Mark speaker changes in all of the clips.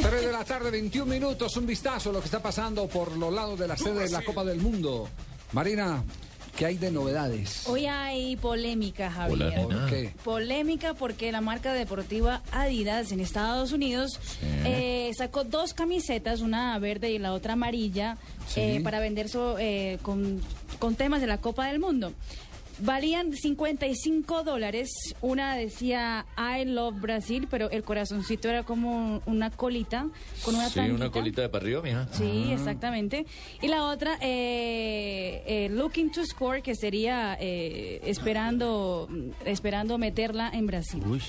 Speaker 1: Tres de la tarde, 21 minutos, un vistazo a lo que está pasando por los lados de la sede de la Copa del Mundo. Marina, ¿qué hay de novedades?
Speaker 2: Hoy hay polémica,
Speaker 3: Hola,
Speaker 2: Javier.
Speaker 3: nena.
Speaker 1: ¿Por qué?
Speaker 2: Polémica porque la marca deportiva Adidas en Estados Unidos eh, sacó dos camisetas, una verde y la otra amarilla,
Speaker 1: Sí.
Speaker 2: eh, para vender so- eh, con, con temas de la Copa del Mundo. Valían 55 dólares. Una decía I love Brasil, pero el corazoncito era como una colita con una
Speaker 3: sí, una
Speaker 2: franjita.
Speaker 3: colita de parrillo, mija.
Speaker 2: Sí, exactamente. Y la otra, eh, eh, Looking to Score, que sería eh, esperando, esperando meterla en Brasil.
Speaker 3: Uy,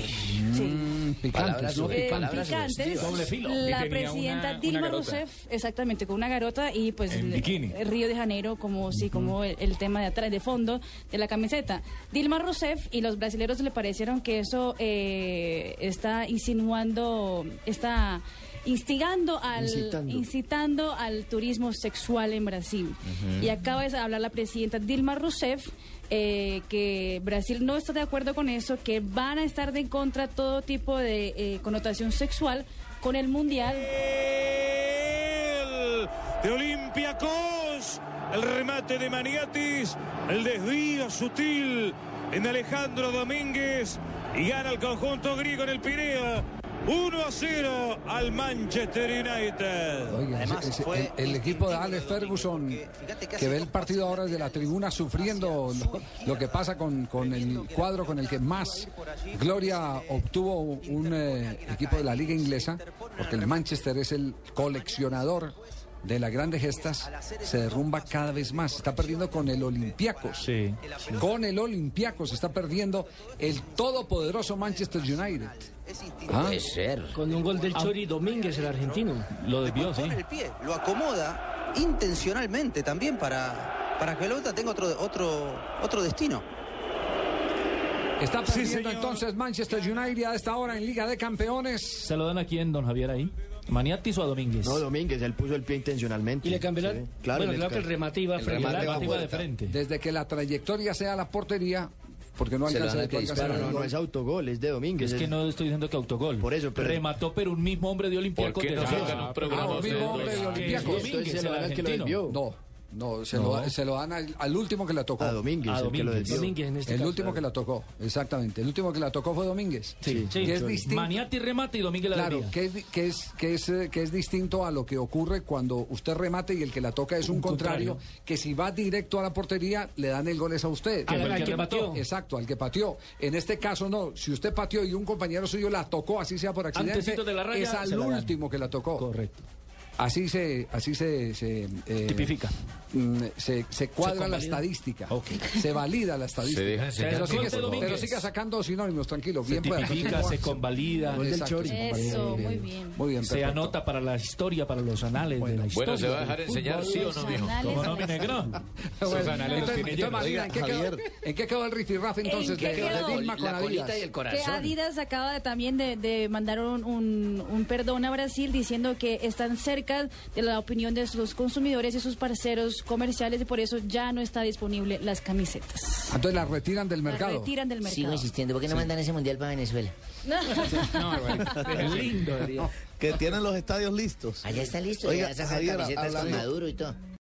Speaker 2: Sí.
Speaker 1: Mm,
Speaker 3: Palabras
Speaker 1: picantes, ¿no?
Speaker 3: sobre
Speaker 2: Eh,
Speaker 3: palabras.
Speaker 1: Picantes.
Speaker 2: picantes,
Speaker 3: Doble filo.
Speaker 4: Y
Speaker 2: la
Speaker 4: tenía
Speaker 2: presidenta
Speaker 4: una- una
Speaker 2: Dilma
Speaker 4: garota.
Speaker 2: Rousseff, exactamente, con una garota y pues
Speaker 4: En
Speaker 2: el-
Speaker 4: bikini.
Speaker 2: el Río de Janeiro como sí, como el, el tema de atrás, de fondo de la camiseta. Dilma Rousseff y los brasileños le parecieron que eso eh, está insinuando, está instigando al
Speaker 1: Incitando.
Speaker 2: incitando al turismo sexual en Brasil. Y acaba de hablar la presidenta Dilma Rousseff eh, que Brasil no está de acuerdo con eso, que van a estar de en contra todo tipo de eh, connotación sexual con el mundial.
Speaker 5: Gol de Olympiacos. El remate de Maniatis, el desvío sutil en Alejandro Domínguez y gana el conjunto griego en el Pireo. 1 a 0 al Manchester United.
Speaker 1: Oiga,
Speaker 6: Además,
Speaker 1: ese-
Speaker 6: fue
Speaker 1: el, el equipo de Alex
Speaker 6: Domingo,
Speaker 1: Ferguson,
Speaker 6: que- fíjate que
Speaker 1: que
Speaker 6: hace
Speaker 1: ve el partido ahora desde la tribuna sufriendo lo, lo que pasa con, con el cuadro con el que más gloria
Speaker 6: eh,
Speaker 1: obtuvo un eh, equipo de la liga inglesa, porque el Manchester es el coleccionador
Speaker 6: pues,
Speaker 1: de las grandes gestas, se derrumba cada vez más. Está perdiendo con el Olympiacos.
Speaker 4: Sí.
Speaker 1: Con el Olympiacos está perdiendo el todopoderoso Manchester United. Ah,
Speaker 3: puede ser.
Speaker 6: Con un gol
Speaker 7: Ah.
Speaker 6: del Chori Domínguez, el argentino.
Speaker 4: Lo ¿eh? desvió, sí.
Speaker 6: Con el pie, lo acomoda intencionalmente también para, para que la pelota tenga otro, otro, otro destino.
Speaker 1: Está
Speaker 5: Sí,
Speaker 1: perdiendo
Speaker 5: señor.
Speaker 1: entonces Manchester United a esta hora en Liga de Campeones.
Speaker 4: ¿Se lo dan a quién, don Javier, ahí? ¿Maniatis o a Domínguez?
Speaker 7: No, Domínguez, él puso el pie intencionalmente.
Speaker 6: Y le cambió la-
Speaker 7: Sí,
Speaker 6: bueno,
Speaker 7: le
Speaker 6: claro que el
Speaker 7: ca-
Speaker 6: remate iba
Speaker 7: el
Speaker 6: frente al
Speaker 4: La
Speaker 7: remate
Speaker 6: arco.
Speaker 7: va
Speaker 4: relativa de
Speaker 7: fuera.
Speaker 4: frente.
Speaker 1: Desde que la trayectoria sea la portería, porque no
Speaker 3: Se la
Speaker 1: alcanza
Speaker 3: dan
Speaker 1: de
Speaker 3: a que
Speaker 7: Pero
Speaker 3: dispara,
Speaker 7: no, no es autogol, es de Domínguez.
Speaker 4: Es que no estoy diciendo que autogol.
Speaker 7: Por eso, pero-
Speaker 4: Remató, pero un mismo hombre de
Speaker 3: ¿Por
Speaker 4: Olympiacos.
Speaker 3: qué no
Speaker 4: de-
Speaker 3: sacan un programa
Speaker 1: ah,
Speaker 3: ustedes
Speaker 1: mismo
Speaker 3: dos?
Speaker 1: hombre de
Speaker 3: Ay,
Speaker 4: Que es
Speaker 1: Olympiacos.
Speaker 4: Domínguez,
Speaker 7: Entonces se
Speaker 4: el
Speaker 7: lo dan al que lo
Speaker 4: argentino.
Speaker 7: desvió.
Speaker 1: No, no, se,
Speaker 4: No.
Speaker 1: Lo, se lo dan al, al último que la tocó.
Speaker 7: A Domínguez,
Speaker 4: A
Speaker 7: el
Speaker 8: Ah,
Speaker 7: que lo
Speaker 4: Domínguez. este
Speaker 7: desvió.
Speaker 4: Domínguez
Speaker 7: en
Speaker 1: El último que la tocó, exactamente. El último que la tocó fue Domínguez.
Speaker 7: Sí,
Speaker 4: Sí.
Speaker 1: Que es distinto.
Speaker 4: Maniatis remata y Domínguez la
Speaker 1: Claro,
Speaker 4: desvía.
Speaker 1: que es, di- que, es, que, es, eh, que es distinto a lo que ocurre cuando usted remate y el que la toca es un, contrario, que si va directo a la portería le dan el gol es a usted.
Speaker 4: Que fue el que remató.
Speaker 1: Exacto, al que pateó. En este caso no, si usted pateó y un compañero suyo la tocó, así sea por accidente,
Speaker 4: Antecito de la raya,
Speaker 1: es al
Speaker 4: se la dan.
Speaker 1: último que la tocó.
Speaker 4: Correcto.
Speaker 1: Así se, así se, se, eh,
Speaker 4: Tipifica.
Speaker 1: mm, Se, se cuadra la
Speaker 4: convalida.
Speaker 1: estadística.
Speaker 4: Ok.
Speaker 1: Se valida la estadística.
Speaker 3: Se deja enseñar
Speaker 1: pero,
Speaker 4: todo,
Speaker 1: sigue,
Speaker 4: por favor.
Speaker 1: pero siga sacando sinónimos, tranquilo.
Speaker 4: Se
Speaker 1: bien pueda,
Speaker 4: tipifica,
Speaker 1: continúa.
Speaker 4: se convalida,
Speaker 7: Gol del
Speaker 1: Exacto,
Speaker 7: Chori.
Speaker 1: se convalida.
Speaker 2: Eso, muy bien.
Speaker 1: Muy bien,
Speaker 4: se
Speaker 1: perfecto.
Speaker 4: anota para la historia, para los anales de la historia.
Speaker 3: Bueno, ¿se va a dejar enseñar sí o no, mijo?
Speaker 4: ¿Cómo no, mi negro?
Speaker 1: Bueno,
Speaker 3: Sus anales
Speaker 1: entonces,
Speaker 3: tiene
Speaker 1: entonces,
Speaker 3: llenos.
Speaker 1: Marina, ¿en, qué quedó, ¿en qué quedó el riffraff entonces
Speaker 2: qué
Speaker 1: de, de
Speaker 2: quedó?
Speaker 1: Dilma con
Speaker 3: La colita
Speaker 1: Adidas?
Speaker 3: y el
Speaker 2: Que
Speaker 3: corazón.
Speaker 2: Adidas acaba de- también de, de mandar un, un- un perdón a Brasil diciendo que están cerca de la opinión de sus consumidores y sus parceros comerciales y por eso ya no está disponible las camisetas.
Speaker 1: Entonces la retiran del
Speaker 2: Las
Speaker 1: mercado.
Speaker 2: retiran del
Speaker 9: Sigo
Speaker 2: mercado.
Speaker 9: insistiendo, ¿por qué no mandan ese mundial para Venezuela?
Speaker 4: Lindo.
Speaker 9: Allá está listo, ya esas camisetas con Maduro y todo.